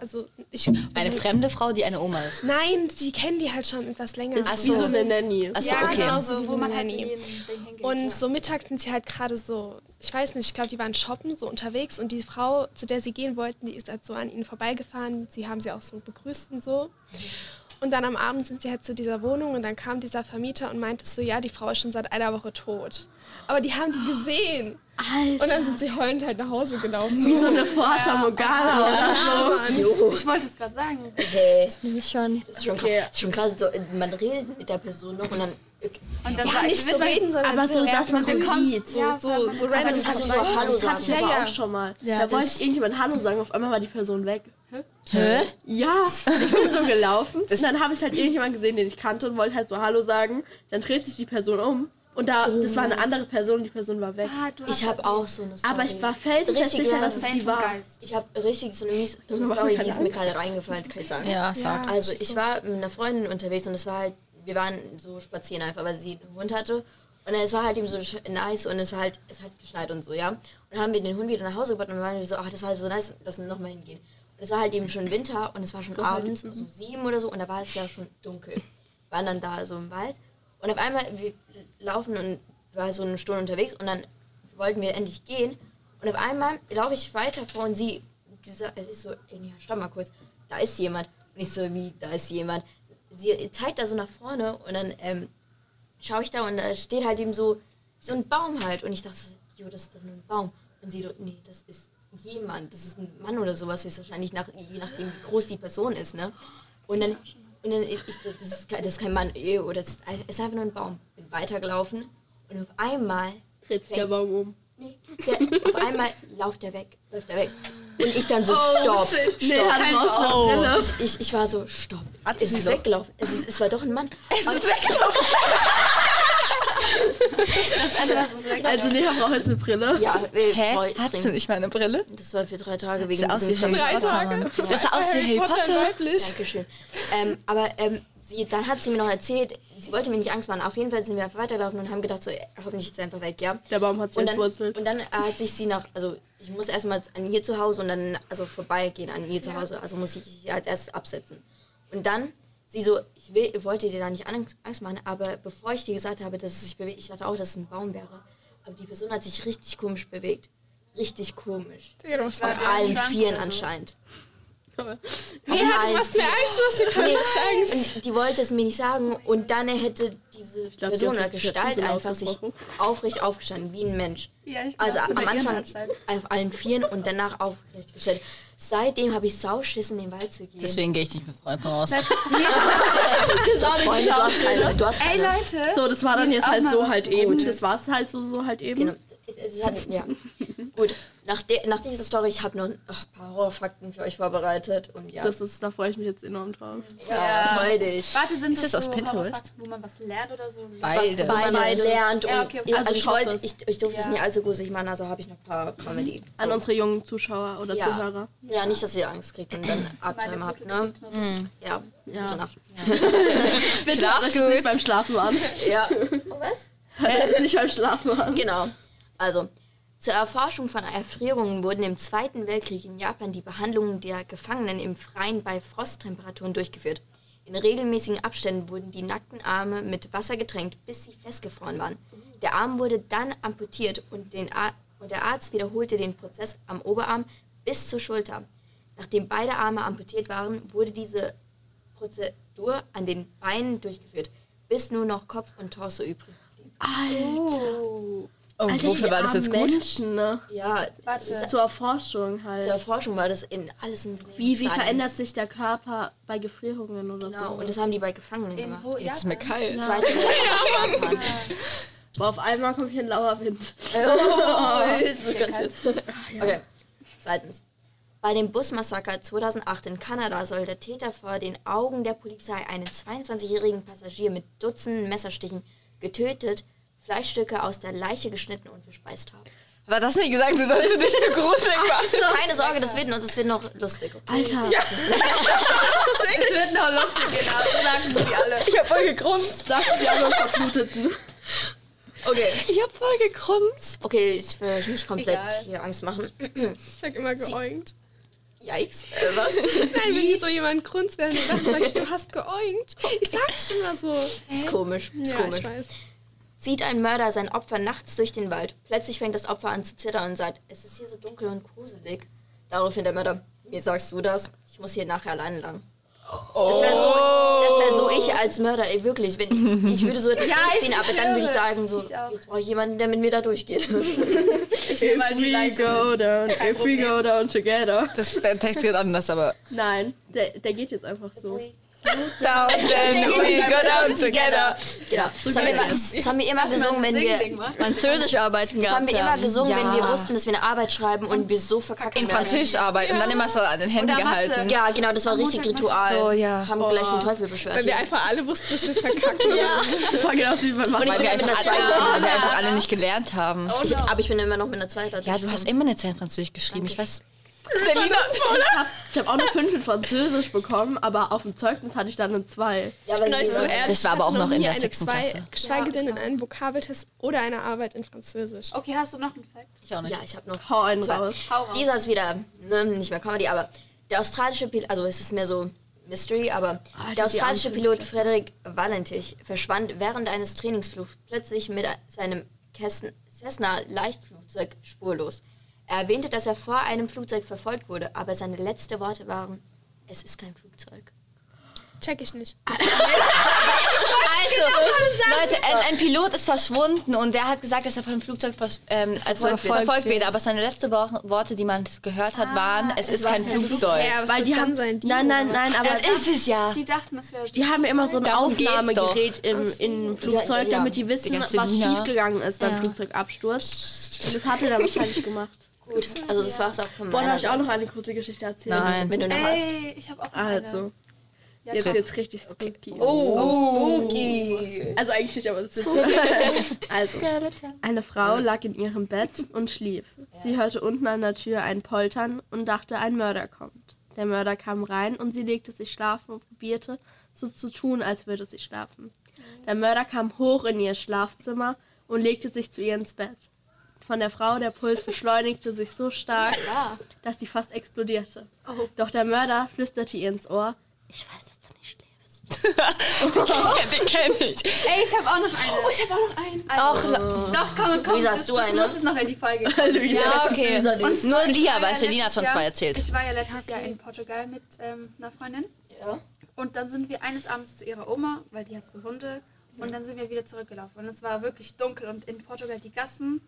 S3: Also ich.
S1: Eine fremde Frau, die eine Oma ist.
S3: Nein, sie kennen die halt schon etwas länger.
S4: Ist wie so eine Nanny.
S1: Achso,
S5: ja,
S1: okay.
S5: genau so, wo man halt so
S3: Nanny.
S5: jeden Ding hingeht.
S3: Und
S5: ja.
S3: so mittags sind sie halt gerade so, ich weiß nicht, ich glaube, die waren shoppen, so unterwegs und die Frau, zu der sie gehen wollten, die ist halt so an ihnen vorbeigefahren. Sie haben sie auch so begrüßt und so. Und dann am Abend sind sie halt zu dieser Wohnung und dann kam dieser Vermieter und meinte so, ja, die Frau ist schon seit einer Woche tot. Aber die haben die gesehen. Und dann sind sie heulend halt nach Hause gelaufen.
S4: Wie so eine Forta Morgana oder
S5: Ich wollte es gerade sagen.
S6: Hey,
S2: Das ist schon.
S6: das ist schon,
S4: Okay.
S6: krass, schon krass. So, äh, man redet mit der Person noch und dann. Okay.
S5: Und dann
S3: Ja, Also
S5: sagt-
S3: nicht
S5: wird
S3: so
S5: man-
S3: reden, sondern
S4: aber so,
S3: ja,
S4: dass man so
S5: man kommt-
S4: sieht.
S5: ja,
S3: so, so
S5: man-
S3: random.
S6: kannst du
S3: so
S6: so Hallo
S4: Das hatte ich
S6: sagen.
S4: aber
S3: Ja, ja.
S4: auch schon mal.
S2: Ja,
S4: da wollte
S2: das-
S4: ich irgendjemand Hallo sagen, auf einmal war die Person weg.
S2: Hä?
S4: Ja, ich bin so gelaufen. und dann habe ich halt irgendjemanden gesehen, den ich kannte und wollte halt so Hallo sagen. Dann dreht sich die Person um. Und da, das war eine andere Person und die Person war weg.
S5: Ah, du hast
S6: Ich habe auch so eine Story.
S4: Aber ich war felsenfest
S6: Richtig lang.
S4: sicher, dass es die war.
S6: Ich habe richtig so eine mies
S4: mir
S6: Story,
S4: keine
S6: die ist mir gerade reingefallen, kann ich sagen.
S1: Ja, sag.
S6: Also ich war mit einer Freundin unterwegs und es war halt, wir waren so spazieren einfach, weil sie einen Hund hatte. Und es war halt eben so sch- nice und es war halt, es hat geschneit und so, ja. Und dann haben wir den Hund wieder nach Hause gebracht und dann waren wir so, ach, das war halt so nice, lass uns nochmal hingehen. Und es war halt eben schon Winter und es war schon
S4: halt.
S6: abends, so sieben oder so, und da war es ja schon dunkel. Wir waren dann da so im Wald und auf einmal, wir laufen und war so eine Stunde unterwegs und dann wollten wir endlich gehen. Und auf einmal laufe ich weiter vor und sie gesagt, es ist so, ey, Nia, stopp mal kurz, da ist jemand. Und ich so, wie, da ist jemand. Sie zeigt da so nach vorne und dann ähm, schaue ich da und da steht halt eben so, so ein Baum halt. Und ich dachte, so, jo, das ist doch nur ein Baum. Und sie so, nee, das ist jemand, das ist ein Mann oder sowas, ist wahrscheinlich nach, je nachdem, wie groß die Person ist, ne? Und dann, und dann ich so, das ist, kein- das ist kein Mann, eh, oder das ist ein- ist einfach nur ein Baum. Bin weitergelaufen und auf einmal
S4: Dreht sich der Baum um.
S6: Nee, der, auf einmal läuft er weg, läuft er weg. Und ich dann so,
S3: Oh,
S6: stopp, stopp. Kein Bauch. ich, ich, ich war so, stopp. es ist weggelaufen. Es, ist, es war doch ein Mann.
S4: Es ist weggelaufen. also Lea braucht jetzt eine Brille.
S6: Ja, äh,
S1: Hä?
S6: voll
S1: Hattest du
S6: dringend.
S1: nicht mal eine Brille?
S6: Das war für drei Tage wegen
S1: Sieht aus wie
S6: diesem
S1: Harry
S6: Termin.
S3: Drei
S1: Potter.
S3: Tage.
S1: Mann. Das sah aus wie Harry
S3: in
S1: Potter. ne?
S3: weiblich.
S6: Dankeschön. Ähm, aber ähm, sie, dann hat sie mir noch erzählt, sie wollte mir nicht Angst machen. Auf jeden Fall sind wir einfach weitergelaufen und haben gedacht, so, äh, hoffentlich ist er einfach weg, ja.
S4: Der Baum hat sich
S6: Und dann,
S4: entwurzelt.
S6: und dann äh, hat sich sie nach, also ich muss erstmal an ihr zu Hause und dann also vorbeigehen an ihr zu Hause, also muss ich sie als erstes absetzen. Und dann, sie so, ich will, wollte dir da nicht Angst Angst machen, aber bevor ich dir gesagt habe, dass es sich bewegt, ich dachte auch, dass es ein Baum wäre, aber die Person hat sich richtig komisch bewegt. Richtig komisch.
S3: Digga, du musst mal-
S6: Auf allen
S5: Schrank
S6: Vieren
S5: oder so.
S6: anscheinend.
S3: Nee,
S6: Auf
S3: du
S1: halt
S6: allen
S3: machst mir
S6: Vieren.
S3: Angst, du hast mir keine Angst.
S6: Und die wollte es mir nicht sagen und dann hätte diese
S4: glaub, die
S6: Person
S4: hat
S6: oder
S4: sich die Krise
S6: Gestalt einfach sich
S4: ausgebrochen.
S6: aufrecht aufgestanden, wie ein Mensch.
S5: Ja, ich glaub,
S6: also am
S5: bei ihren
S6: Anfang
S5: anscheinend.
S6: auf allen Vieren und danach aufrecht gestellt. Seitdem habe ich sauschissen, in den Wald zu gehen.
S1: Deswegen gehe ich nicht mit Freunden raus.
S6: Freunde, du hast keine. Du hast
S5: Ey
S6: keine.
S5: Leute,
S4: So, das war dann
S5: Mir
S4: jetzt
S5: ist auch
S4: halt
S5: mal
S4: so
S5: was
S4: halt eben. Das war es halt so, so halt eben.
S6: Genau. Es hat, ja. Gut, nach, de, nach dieser Story, ich habe noch ein ach, paar Horrorfakten für euch vorbereitet. Und ja,
S4: Das ist, da freue ich mich jetzt enorm drauf.
S6: ja, freudig.
S5: warte, sind
S1: Ist
S5: das
S1: das aus
S5: so
S1: Pinterest?
S5: Horrorfakten, wo man was lernt oder so?
S1: Beide.
S6: Weil man es
S4: Beides.
S6: lernt. Und,
S5: Ja, okay, okay.
S6: Also,
S4: Also
S6: ich,
S4: ich hoffe
S6: wollte,
S4: es. Mhm.
S6: ich, ich durfte es
S5: Ja.
S6: nie allzu gruselig machen, also habe ich noch ein paar Comedy.
S4: An unsere jungen Zuschauer oder
S6: ja.
S4: Zuhörer.
S6: Ja, nicht, dass ihr Angst kriegt und dann Abtime
S5: Meine
S6: habt,
S5: gute
S6: ne?
S5: Geschichte.
S6: Ja.
S4: Ja.
S6: Gute Nacht.
S4: Bitte
S1: Schlaf
S4: sprecht es nicht
S1: gut.
S4: beim Schlafen an.
S6: Ja. Was?
S4: Das ist nicht beim Schlafen an.
S6: Genau. Also, zur Erforschung von Erfrierungen wurden im Zweiten Weltkrieg in Japan die Behandlungen der Gefangenen im Freien bei Frosttemperaturen durchgeführt. In regelmäßigen Abständen wurden die nackten Arme mit Wasser getränkt, bis sie festgefroren waren. Der Arm wurde dann amputiert und, den Ar und der Arzt wiederholte den Prozess am Oberarm bis zur Schulter. Nachdem beide Arme amputiert waren, wurde diese Prozedur an den Beinen durchgeführt, bis nur noch Kopf und Torso übrig blieb.
S1: Und
S4: Alter,
S1: wofür
S4: die
S1: war das
S4: armen
S1: jetzt gut?
S4: Menschen, ne?
S6: Ja,
S5: Warte.
S4: Zur Erforschung halt.
S6: zur Erforschung war das in alles in
S4: wie, wie verändert sich der Körper bei Gefrierungen oder
S6: Genau,
S4: so?
S6: und das haben die bei Gefangenen
S5: In
S6: gemacht.
S5: wo?
S1: Jetzt ist
S5: Ja,
S1: mir kalt.
S6: Zweite Weltkrieg.
S4: Boah, auf einmal kommt hier ein lauer Wind.
S6: Japan. Das ist ganz gut. Okay. Zweitens. Bei dem Busmassaker 2008 in Kanada soll der Täter vor den Augen der Polizei einen 22-jährigen Passagier mit Dutzenden Messerstichen getötet, Fleischstücke aus der Leiche geschnitten und verspeist haben.
S1: War das nicht gesagt, du sollst nicht so gruselig machen?
S6: Keine Sorge, das wird noch, das wird noch lustig. Okay?
S4: Alter,
S5: Es wird noch lustig, genau. Sagen sie alle.
S1: Ich hab voll gegrunzt.
S4: sagt die anderen Verbluteten.
S6: Okay,
S1: Ich hab voll gegrunzt.
S6: okay ich will euch nicht komplett
S5: Egal.
S6: hier Angst machen.
S3: Ich sag immer geäugt.
S6: Yikes. Äh, was?
S3: Nein, wenn so jemand grunzt, während du lachst, sag ich, du hast geäugt. Ich sag's immer so.
S6: Ist komisch. Ist
S3: Ja,
S6: komisch.
S3: ich weiß.
S6: Zieht ein Mörder sein Opfer nachts durch den Wald. Plötzlich fängt das Opfer an zu zittern und sagt, es ist hier so dunkel und gruselig. Daraufhin der Mörder, mir sagst du das? Ich muss hier nachher alleine lang. Das wäre so, das wär so ich als Mörder, ey, wirklich. Wenn, ich würde so etwas
S5: Ja, ich
S6: durchziehen, aber dann würde ich
S5: schwöre.
S6: sagen, so,
S5: Ich auch.
S6: jetzt brauche ich jemanden, der mit mir da durchgeht.
S5: Ich nehme mal die
S4: We
S5: Leiche.
S4: go down, if we go down together.
S1: Das, der Text geht anders, aber.
S4: Nein, der, der geht jetzt einfach so.
S1: Down, then we go down together.
S6: Genau. Das haben, wir immer, das haben wir immer gesungen, wenn wir.
S2: Französisch arbeiten
S6: Das haben wir immer gesungen, wenn wir
S2: Ja.
S6: wussten, dass wir eine Arbeit schreiben und wir so verkacken
S1: In
S6: werden.
S1: Französisch arbeiten und dann immer so an den Händen
S5: Oder Mathe.
S1: gehalten.
S6: Ja, genau, das war richtig
S5: Montag
S6: Ritual.
S1: So, ja.
S6: Haben gleich den Teufel beschwört.
S3: Wenn wir einfach alle wussten, dass wir verkacken.
S4: Das war genauso wie beim
S1: Weil
S4: Wasser.
S1: wir,
S6: bin
S1: einfach
S6: mit einer
S1: alle,
S6: Zweien.
S1: weil wir einfach alle nicht gelernt haben.
S6: Ich, aber ich bin immer noch mit einer zweiten.
S1: Ja, du hast immer eine Zeit in Französisch geschrieben. Ich weiß.
S3: Selina,
S4: Ich habe auch noch fünf in Französisch bekommen, aber auf dem Zeugnis hatte ich dann eine zwei.
S6: ja,
S3: ich bin euch so ehrlich.
S1: Das war aber
S3: ich hatte
S1: auch noch
S3: nie
S1: in der
S3: eine
S1: sechsten
S3: Zwei,
S1: Klasse.
S3: Geschweige
S5: Ja,
S3: denn
S5: ich
S3: in einem Vokabeltest oder einer Arbeit in Französisch.
S5: Okay, hast du noch einen Fact?
S1: Ich auch nicht.
S6: Ja, ich habe noch.
S4: Hau einen
S6: zwei.
S4: raus.
S5: Hau raus.
S6: Dieser ist wieder ne, nicht mehr Comedy, aber der australische Pilot, also es ist mehr so Mystery, aber
S4: die
S6: der australische Pilot Frederik Valentich verschwand während eines Trainingsflugs plötzlich mit seinem Kästen- Cessna Leichtflugzeug spurlos. Er erwähnte, dass er vor einem Flugzeug verfolgt wurde, aber seine letzten Worte waren: Es ist kein Flugzeug.
S3: Check ich nicht.
S1: Also, Leute, ein, ein Pilot ist verschwunden und der hat gesagt, dass er von einem Flugzeug vers ähm, also
S6: wird.
S1: verfolgt, wird. Aber seine letzten Wo Worte, die man gehört hat, waren: Es ist kein Flugzeug.
S3: Ja, was
S4: Weil
S3: ist
S4: die
S3: denn
S4: haben.
S3: sein Dino?
S4: Nein, nein, nein, aber.
S1: Das ist es ja.
S5: Sie dachten, das wäre
S4: Die haben immer so ein
S1: Darum geht's
S4: Aufnahmegerät im, im
S6: Ja,
S4: Flugzeug,
S6: ja.
S4: damit die wissen,
S1: Digga,
S4: was
S1: Selina.
S4: schiefgegangen ist beim Flugzeugabsturz. Und das hat er dann wahrscheinlich gemacht.
S6: Gut, also das war's auch von
S4: Boah, da
S6: meiner
S4: habe ich auch
S6: Seite.
S4: noch eine gruselige Geschichte erzählt.
S1: Nein.
S6: Wenn du noch was...
S5: Ey, ich habe auch noch
S4: Ah,
S5: eine.
S4: halt so.
S5: Ja,
S4: Jetzt
S5: komm.
S4: wird's richtig spooky.
S6: Oh, spooky.
S4: Also eigentlich nicht, aber das ist Also, eine Frau lag in ihrem Bett und schlief. Sie hörte unten an der Tür ein Poltern und dachte, ein Mörder kommt. Der Mörder kam rein und sie legte sich schlafen und probierte, so zu tun, als würde sie schlafen.
S5: Mhm.
S4: Der Mörder kam hoch in ihr Schlafzimmer und legte sich zu ihr ins Bett. Von der Frau der Puls beschleunigte sich so stark, dass sie fast explodierte.
S5: Oh.
S4: Doch der Mörder flüsterte ihr ins Ohr, ich weiß, dass du nicht schläfst.
S1: Den kenne ich.
S5: Ey, ich habe auch noch eine. Oh, ich habe auch noch einen.
S6: Ach,
S5: Also, doch, komm, komm.
S6: Luisa,
S5: das-
S6: hast du
S5: das
S6: eine?
S5: muss es noch in die Folge.
S1: Ja, okay.
S5: Und zwar,
S1: Nur
S5: ich
S1: Lia
S5: war
S1: weiß,
S5: ja
S1: Lina hat
S5: letztes
S1: schon
S5: Jahr-
S1: zwei erzählt.
S5: Ich war ja letztes Jahr in Portugal mit ähm, einer Freundin.
S6: Ja.
S5: Und dann sind wir eines Abends zu ihrer Oma, weil die hat so Hunde. Und dann sind wir wieder zurückgelaufen. Und es war wirklich dunkel. Und in Portugal die Gassen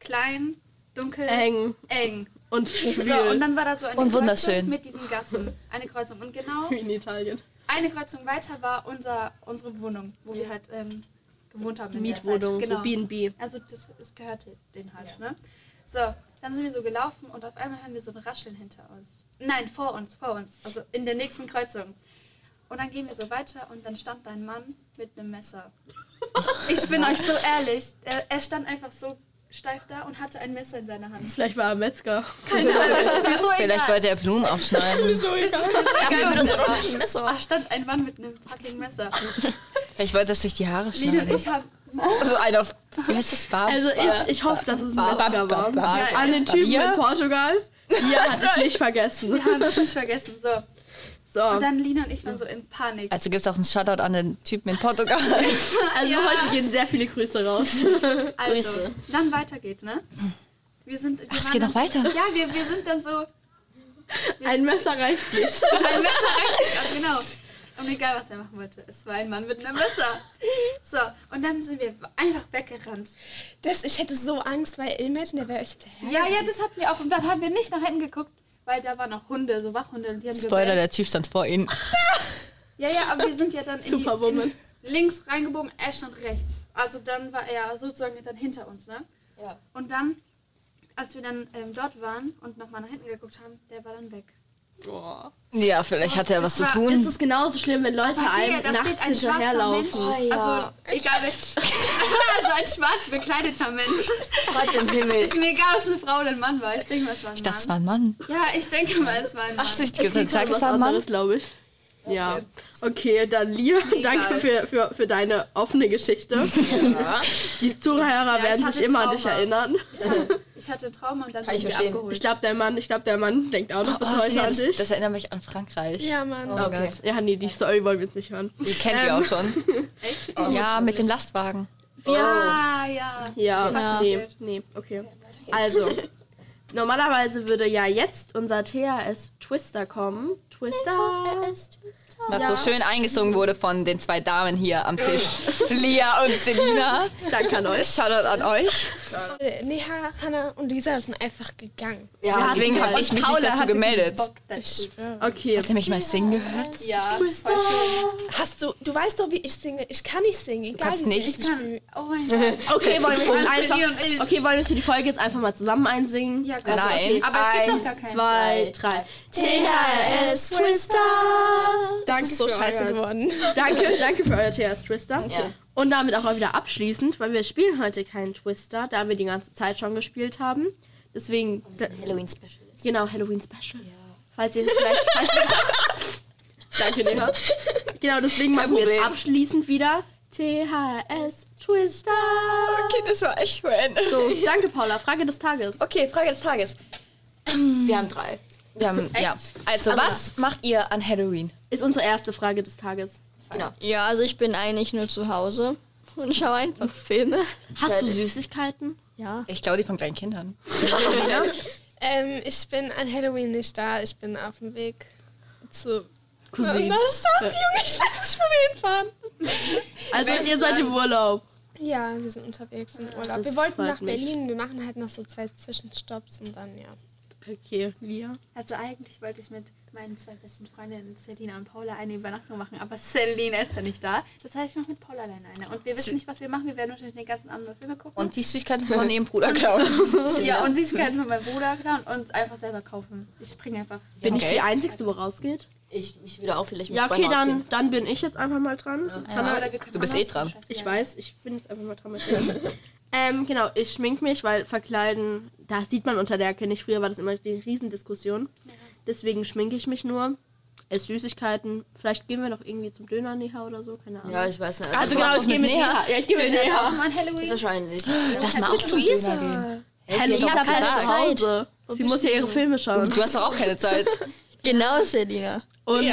S5: klein, dunkel,
S4: Eng
S5: eng.
S4: und
S5: So,
S4: schwül.
S5: und dann war da so eine
S1: Und wunderschön.
S5: Kreuzung mit diesen Gassen. Eine Kreuzung. Und genau
S4: in Italien.
S5: eine Kreuzung weiter war unser, unsere Wohnung, wo wir halt ähm, gewohnt haben. in der Zeit.
S4: Mietwohnung,
S5: genau.
S4: so B&B.
S5: Also das, das gehört den halt, ne? So, dann sind wir so gelaufen und auf einmal hören wir so ein Rascheln hinter uns. Nein, vor uns, vor uns. Also in der nächsten Kreuzung. Und dann gehen wir so weiter und dann stand da ein Mann mit einem Messer. Ich bin euch so ehrlich, er, er stand einfach so steif da und hatte ein Messer in seiner Hand.
S4: Vielleicht war er Metzger.
S5: Keine Ahnung, es ist mir so
S1: Vielleicht
S5: egal.
S1: wollte er Blumen aufschneiden.
S5: Egal, was er war.
S6: Messer.
S5: Da stand ein Mann mit einem fucking Messer.
S1: Vielleicht wollte er sich die Haare
S5: Lina und
S1: schneiden.
S5: ich haben
S1: Also ein auf. Wie heißt das Bar?
S4: Also ich, ich hoffe, dass es ein
S1: Ba-
S4: Metzger
S1: ba-
S4: war.
S1: ba- ba-
S5: Nein.
S4: An den Typen
S1: Bier?
S4: in Portugal. Ja, hatte ich nicht vergessen.
S5: Wir haben das nicht vergessen. So. Und
S4: So, also
S5: dann Lina und ich waren so in Panik.
S1: Also gibt es auch einen Shoutout an den Typen in Portugal.
S5: Ja.
S4: Also heute gehen sehr viele Grüße raus.
S5: Also,
S6: Grüße.
S5: Dann weiter geht's, ne? Wir sind, wir
S1: Ach, es
S5: waren
S1: geht
S5: dann
S1: noch weiter.
S5: So, ja, wir, wir sind dann so
S4: Ein Messer reicht nicht.
S5: ein Messer rein. Ach, genau. Und egal, was er machen wollte, es war ein Mann mit einem Messer. So, und dann sind wir einfach weggerannt.
S3: Das, ich hätte so Angst, weil Ilmet, der wäre echt hinterher.
S5: Ja, ja, das hatten wir auch. Und dann haben wir nicht nach hinten geguckt, weil da waren noch Hunde, so Wachhunde. Und die haben
S1: Spoiler,
S5: gebellt.
S1: der Typ stand vor ihnen.
S5: Ja, ja, aber wir sind ja dann in
S4: Superwoman.
S5: Die, in links reingebogen, er stand rechts. Also dann war er sozusagen dann hinter uns, ne?
S6: Ja.
S5: Und dann, als wir dann ähm, dort waren und nochmal nach hinten geguckt haben, der war dann weg.
S1: Ja, vielleicht hatte er was zu
S5: war-
S4: Ist
S1: tun.
S4: es genauso schlimm, wenn Leute
S5: Digga,
S4: einem
S5: da steht
S4: nachts
S5: ein schwarzer
S4: hinterherlaufen?
S5: Mensch.
S6: Oh, ja.
S5: Also, egal welch- Also ein schwarz bekleideter Mensch.
S6: Gott im Himmel.
S5: Ist mir egal, ob es eine Frau oder ein Mann war. Ich denke mal, es war ein
S1: Ich
S5: Mann.
S1: dachte, es war ein Mann.
S5: ja, ich denke mal, es war ein Mann.
S1: Hast du nicht
S4: Es liegt
S1: gesagt,
S4: an
S1: es
S4: was
S1: war ein Mann?
S4: anderes, glaube ich. Ja. Okay, dann Lia, danke für, für, für deine offene Geschichte. Die Zuhörer
S5: Ja, ich
S4: werden
S5: hatte
S4: sich immer an
S5: Trauma.
S4: dich erinnern.
S5: ich, hatte, ich hatte Trauma und dann
S6: Kann
S5: sind
S6: ich
S5: wir
S6: verstehen.
S5: abgeholt.
S4: Ich glaube, der Mann, ich glaube, der Mann denkt auch noch bis
S1: Oh,
S4: heute
S1: ja,
S4: an
S1: das,
S4: dich.
S1: das erinnert mich an Frankreich.
S3: Ja, Mann.
S1: Oh
S6: Okay.
S1: Gott.
S4: ja, nee, die Story wollen wir jetzt nicht hören.
S1: Die kennt ihr auch schon.
S5: Echt?
S1: Ja, mit dem Lastwagen.
S5: Ja, ja.
S4: Ja,
S5: Ja.
S4: nee, nee, okay. Also, normalerweise würde ja jetzt unser THS Twister kommen. Twister.
S1: Was so schön eingesungen wurde von den zwei Damen hier am Tisch. Lea und Selina.
S4: Danke an euch.
S1: Shoutout an euch.
S3: Äh, Neha, Hanna und Lisa sind einfach gegangen.
S1: Ja, deswegen habe ich mich nicht dazu gemeldet.
S5: Bock dazu.
S4: Okay,
S1: Habt ihr mich mal singen gehört?
S5: Ja, voll schön.
S3: Hast du, du weißt doch, wie ich singe. Ich kann nicht singen. Egal,
S1: kannst
S3: wie
S1: nicht.
S3: singen.
S5: Ich kann. Oh mein Gott.
S4: okay, wollen wir es
S5: Punkt. Celine
S4: einfach.
S5: und Ilse.
S4: Okay, wollen wir es für die Folge jetzt einfach mal zusammen einsingen?
S5: Ja, klar.
S1: Nein.
S5: Aber es gibt doch gar
S4: Eins,
S5: keinen.
S4: zwei, drei.
S2: THS Twister.
S3: Das
S4: Danke
S3: ist so
S4: für
S3: scheiße
S4: euer,
S3: geworden.
S4: danke, danke für euer THS Twister.
S6: Ja.
S4: Und damit auch mal wieder abschließend, weil wir spielen heute keinen Twister, da wir die ganze Zeit schon gespielt haben. Deswegen,
S6: Das ist ein Halloween-Special.
S4: Genau, Halloween Special. Falls ihr vielleicht. falls ihr- Danke, Nena. Genau, deswegen machen wir jetzt abschließend wieder THS Twister.
S1: Okay, das war echt schön.
S4: So, danke, Paula. Frage des Tages.
S1: Okay, Frage des Tages.
S6: Wir haben drei.
S1: Wir haben, ja. Also, was macht ihr an Halloween?
S4: Ist unsere erste Frage des Tages.
S2: Ja, also ich bin eigentlich nur zu Hause und schaue einfach Filme.
S4: Hast du Süßigkeiten?
S2: Ja.
S1: Ich glaube, die von kleinen Kindern.
S3: Ähm, ich bin an Halloween nicht da. Ich bin auf dem Weg zu.
S4: Cousin.
S3: Na, Schatz, Junge, ich weiß nicht, wo wir hinfahren.
S4: Also, ihr seid im Urlaub.
S3: Ja, wir sind unterwegs im Urlaub.
S4: Ah, Das
S3: Wir wollten
S4: freut
S3: nach
S4: mich.
S3: Berlin. Wir machen halt noch so zwei Zwischenstopps und dann, ja.
S4: Pekelia.
S5: Also eigentlich wollte ich mit meinen zwei besten Freundinnen, Selina und Paula, eine Übernachtung machen, aber Selina ist ja nicht da. Das heißt, ich mache mit Paula alleine eine. Und wir wissen nicht, was wir machen. Wir werden wahrscheinlich den ganzen Abend nur Filme gucken.
S1: Und die Süßigkeiten von ihrem Bruder klauen.
S5: ja, und Süßigkeiten von meinem Bruder klauen und einfach selber kaufen. Ich springe einfach.
S4: Bin
S5: Ja.
S4: ich die Einzige, wo rausgeht?
S6: Ich, ich würde auch vielleicht mit
S4: Ja, okay,
S6: Freunden
S4: dann,
S6: ausgehen.
S4: dann bin ich jetzt einfach mal dran. Hannah,
S5: Oder wir können
S1: Du bist eh dran.
S5: Scheiße,
S4: Ich
S5: ja.
S4: weiß, ich bin jetzt einfach mal dran mit dir. ähm, genau, ich schmink mich, weil verkleiden, da sieht man unter der Jacke nicht. Früher war das immer die Riesendiskussion. Deswegen schminke ich mich nur. Ess Süßigkeiten. Vielleicht gehen wir noch irgendwie zum Döner näher oder so, keine Ahnung.
S6: Ja, ich weiß nicht.
S4: also
S6: du
S4: genau,
S6: warst
S4: ich
S6: doch
S4: gehe mit
S1: Neha.
S4: Neha. Ja, ich gehe mit Neha.
S5: Mann, Halloween.
S6: mit- Wahrscheinlich.
S1: Lass mal auch zum Döner gehen.
S4: Hey, ich
S2: doch
S4: habe keine
S2: gesagt.
S4: Zeit. Sie muss ja ihre Filme schauen.
S1: Du hast doch auch keine Zeit.
S2: Genau, Selina.
S4: Und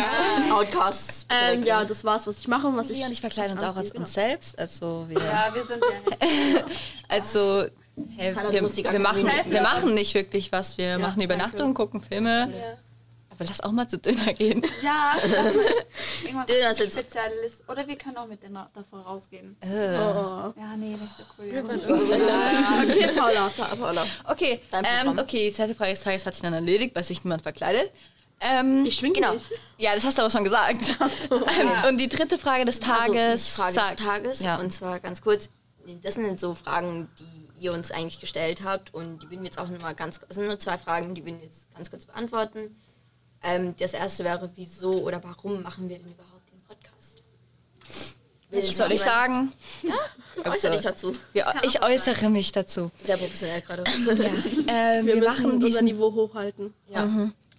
S6: Outcasts. Also,
S4: ähm, ja, das war's, was ich mache und was ich.
S1: Wir und ich verkleiden uns
S4: was
S1: auch als
S4: anziehe, genau.
S1: uns selbst. Also wir,
S5: Ja, wir sind ja nicht.
S1: also, hey,
S6: Hannah, du
S1: wir,
S6: musst die
S1: wir,
S6: ganze
S1: machen,
S5: Selfie
S1: wir machen nicht wirklich was. Wir machen Übernachtungen, gucken Filme.
S5: Ja.
S1: Aber lass auch mal zu Döner gehen.
S5: Ja, das ist irgendwas
S6: Döner sind-
S5: Spezielles. Oder wir können auch mit Döner davor rausgehen.
S4: Oh.
S5: Ja, nee, nicht so cool.
S4: Okay, Äh. Paula.
S1: Okay,
S6: Dein
S1: ähm,
S6: Programm.
S1: okay, die zweite Frage des Tages hat sich dann erledigt, weil sich niemand verkleidet. Ähm,
S4: Ich schwinge
S6: Genau.
S4: mich.
S1: ja, das hast du aber schon gesagt. ähm, Und die dritte Frage des
S6: Also, die
S1: Tages.
S6: Frage
S1: sagt,
S6: des Tages.
S1: Ja,
S6: Und zwar ganz kurz. Das sind so Fragen, die ihr uns eigentlich gestellt habt und die würden wir jetzt auch nochmal ganz kurz. Es sind nur zwei Fragen, die würden wir jetzt ganz kurz beantworten. Ähm, das erste wäre, wieso oder warum machen wir denn überhaupt den Podcast? Will
S1: was soll ich sagen? Hm,
S6: Ich
S1: also
S6: äußere dich dazu.
S1: Ja, ich äußere mich dazu.
S6: Sehr professionell gerade.
S1: Ähm,
S4: Wir,
S1: wir,
S4: müssen
S1: machen
S4: unser
S1: diesen, Mhm.
S4: Niveau hochhalten.
S6: Ja.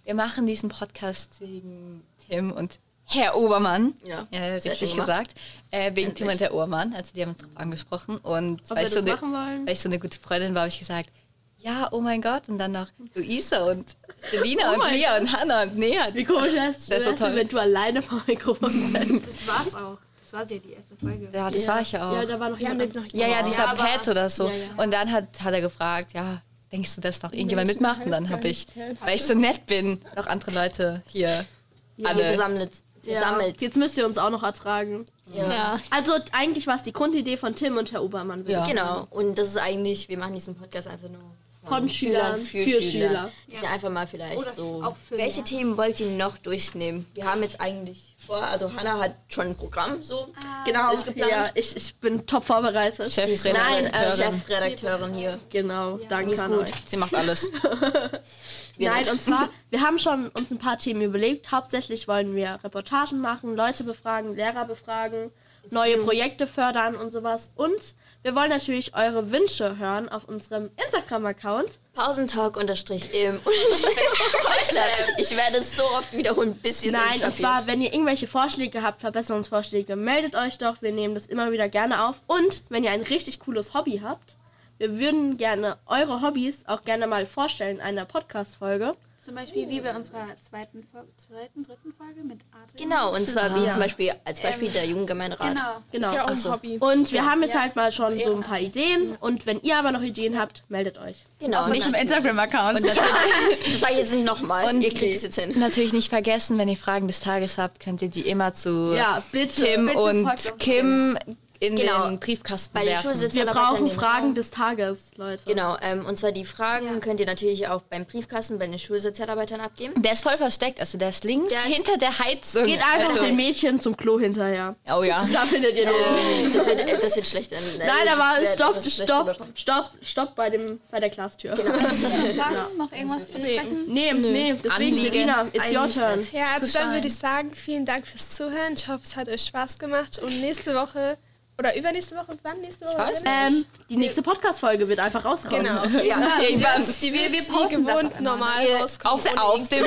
S1: wir machen diesen Podcast wegen Tim und Herr Obermann.
S6: Ja, sehr
S1: richtig
S6: schön gemacht.
S1: gesagt. Äh, wegen Tim
S6: Endlich.
S1: und Herr Obermann. Also, die haben uns drauf angesprochen. Und
S4: Ob
S1: weil
S4: wir
S1: ich so
S4: das
S1: ne-
S4: machen wollen?
S1: weil ich so eine gute Freundin war, habe ich gesagt, ja, oh mein Gott. Und dann noch Luisa und Selina und Mia und Hannah und Nea.
S4: Wie komisch wär's,
S1: Das ist so
S4: wär's,
S1: toll.
S4: wenn du alleine vor dem Mikrofon sitzt.
S5: Das war's auch. Das war ja die erste Folge.
S1: Ja, das war ich ja auch.
S4: Ja, da war noch jemand. noch
S1: Ja, ja, dieser
S5: aber-
S1: Pat oder so. Und dann hat, hat er gefragt, ja, denkst du, dass noch irgendjemand mitmacht? Und dann habe ich, weil ich so nett bin, noch andere Leute hier. Alle.
S6: Alle Also, versammelt.
S4: Ja.
S6: versammelt.
S4: Jetzt müsst ihr uns auch noch ertragen.
S2: Ja.
S4: Also eigentlich war es die Grundidee von Tim und Herr Obermann. würde
S1: Ja.
S4: ich
S6: Genau. Und das ist eigentlich, wir machen diesen Podcast einfach nur
S4: Von Schülern
S6: für, Schüler.
S4: für Schüler.
S6: Das ist einfach mal vielleicht
S5: Oder
S6: so.
S5: auch für
S6: Welche
S5: Lehrer.
S6: Themen wollt ihr noch durchnehmen? Wir haben jetzt eigentlich vor, also Hannah hat schon ein Programm so.
S4: sagen. Genau,
S6: durchgeplant.
S4: ja, ich, ich bin top vorbereitet.
S1: Chefredakteurin.
S4: Nein, äh, Chef.
S6: Chefredakteurin hier.
S4: Genau, danke
S6: ist
S4: an
S6: gut.
S4: euch.
S1: Sie macht alles.
S6: Wir
S4: Nein,
S6: nicht.
S4: und zwar, wir haben schon uns ein paar Themen überlegt. Hauptsächlich wollen wir Reportagen machen, Leute befragen, Lehrer befragen, neue
S1: Mhm.
S4: Projekte fördern und sowas. Und wir wollen natürlich eure Wünsche hören auf unserem Instagram-Account.
S6: Pausentalk unterstrich im Häusler. Ich werde es so oft wiederholen, bis ihr es
S4: Nein,
S6: endlich
S4: und
S6: kapiert.
S4: zwar, wenn ihr irgendwelche Vorschläge habt, Verbesserungsvorschläge, meldet euch doch. Wir nehmen das immer wieder gerne auf. Und wenn ihr ein richtig cooles Hobby habt, wir würden gerne eure Hobbys auch gerne mal vorstellen in einer Podcast-Folge.
S5: Zum Beispiel wie bei unserer zweiten, Fol- zweiten dritten Folge mit Adrian.
S6: Genau, und zwar wie
S4: Ja.
S6: zum Beispiel als Beispiel der Jugendgemeinderat.
S5: Ähm, Genau.
S4: Genau.
S3: Ja, auch ein Hobby.
S4: Und wir haben jetzt halt mal schon so ein paar Ideen. Und wenn ihr aber noch Ideen habt, meldet euch.
S6: Genau, nicht
S1: Und natürlich,
S6: Das sage ich jetzt nicht nochmal. Ihr kriegt es jetzt hin.
S1: natürlich nicht vergessen, wenn ihr Fragen des Tages habt, könnt ihr die immer zu
S4: Ja, bitte.
S1: Tim
S4: bitte fragt
S1: und
S4: uns.
S1: Kim in
S6: Genau.
S1: den Briefkasten
S6: Bei den
S1: werfen.
S4: Wir
S6: Schulsozialarbeitern
S4: brauchen
S6: den
S4: Fragen des Tages, Leute.
S6: Genau, ähm, und zwar die Fragen
S5: Ja.
S6: könnt ihr natürlich auch beim Briefkasten bei den Schulsozialarbeitern abgeben.
S1: Der ist voll versteckt, also der ist links
S6: Der ist-
S1: hinter der Heizung.
S4: Geht einfach
S1: also,
S4: den Mädchen zum Klo hinterher.
S1: Oh ja.
S4: Da findet ihr den.
S6: Das wird, äh, das wird schlecht. äh,
S4: Nein,
S6: das
S4: aber
S6: wird-
S4: stopp,
S6: das wird schlecht
S4: stopp,
S6: rüberkommen.
S4: stopp, stopp bei, dem, bei der Glastür.
S5: Fragen? Genau. Noch irgendwas zu sprechen?
S4: Nee, nee, deswegen,
S1: Anliegen.
S4: Selina, it's your turn.
S3: Ja, also dann würde ich sagen, vielen Dank fürs Zuhören. Ich hoffe, es hat euch Spaß gemacht. Und nächste Woche oder übernächste Woche und wann nächste Woche?
S1: weiß
S3: Wann?
S4: Ähm, die nächste Podcast-Folge wird einfach rauskommen.
S3: Genau.
S6: Ja,
S1: Irgendwann
S3: Die wir, wir posten wie gewohnt normal rauskommen.
S1: auf, auf dem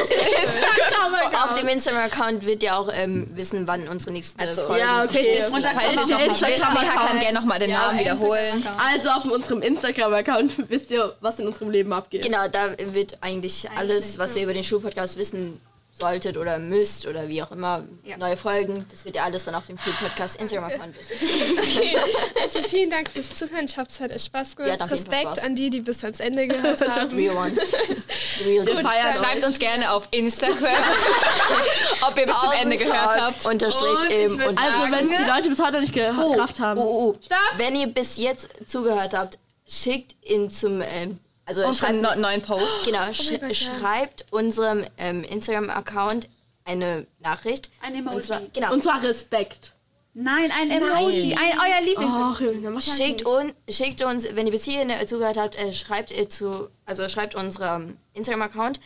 S6: auf dem Instagram-Account wird ihr auch ähm, wissen, wann unsere nächste
S1: Also,
S6: Folge
S4: Ja, okay.
S1: Falls ihr es noch nicht
S4: Instagram-
S1: wisst, Neha kann
S4: Account.
S1: gerne nochmal den Namen wiederholen.
S4: Also auf unserem Instagram-Account wisst ihr, was in unserem Leben abgeht.
S6: Genau, da wird eigentlich alles, was ihr über den Schulpodcast wissen solltet oder müsst oder wie auch immer,
S5: Ja.
S6: neue Folgen, das wird ihr alles dann auf dem Schulpodcast Instagram-Account wissen.
S3: Also vielen Dank fürs Zuhören. Ich hoffe, es hat euch Spaß gemacht.
S6: Ja, hat auf jeden Fall
S3: Respekt
S6: Spaß.
S3: an die, die bis ans Ende gehört haben.
S6: Real ones. Real
S4: Wir
S6: ones.
S4: feiern
S1: Schreibt
S4: euch.
S1: uns gerne auf Instagram, ob ihr bis zum Ende gehört habt.
S6: Unterstrich
S5: Und ich
S6: im
S5: würd
S6: Unterstrich.
S4: Also, wenn es die Leute bis heute nicht gerafft haben.
S6: Oh, oh. Wenn ihr bis jetzt zugehört habt, schickt ihn zum ähm, Also
S1: Unseren
S6: schreibt,
S1: neu- neuen Post.
S4: Oh
S6: genau, sch schreibt unserem ähm, Instagram-Account eine Nachricht.
S5: Ein
S6: Und zwar,
S5: Emoji.
S6: genau.
S4: Und zwar Respekt. Oh,
S5: Nein, ein Emoji. Ein, euer Lieblings.
S4: Ach, Julina, mach das
S6: Schickt,
S4: nicht.
S6: un, schickt uns, wenn ihr bis hierhin äh, zugehört habt, äh, schreibt ihr zu, also schreibt unserem Instagram-Account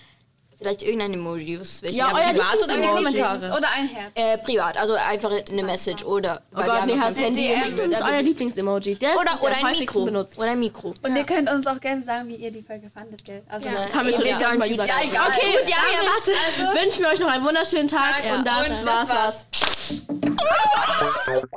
S6: vielleicht irgendein Emoji, was ist wichtig.
S4: Ja, euer
S1: privat oder in den
S4: Lieblings-
S1: Kommentaren?
S5: Oder ein Herz.
S6: äh, privat, also einfach eine Message oder
S4: Oh
S6: weil wir
S4: Gott,
S6: haben
S4: nee,
S6: noch
S4: hast
S6: kein-
S4: Handy.
S5: DM.
S4: Schickt uns euer Lieblingsemoji. Der ist
S6: oder,
S4: das
S6: oder
S4: ja am
S6: ein
S4: häufigsten
S6: Mikro.
S4: benutzt.
S6: Oder ein Mikro.
S5: Und ihr könnt uns auch gerne sagen, wie ihr die Folge fandet, gell? Also,
S3: Ja.
S4: Das haben wir
S6: Ihr
S4: schon
S6: gebt
S4: wieder
S6: euren
S4: mal gesagt.
S6: Feedback.
S4: Ja, egal. Okay,
S1: ja, ja, warte.
S4: wünschen wir euch noch einen wunderschönen Tag und das war's.
S1: war's.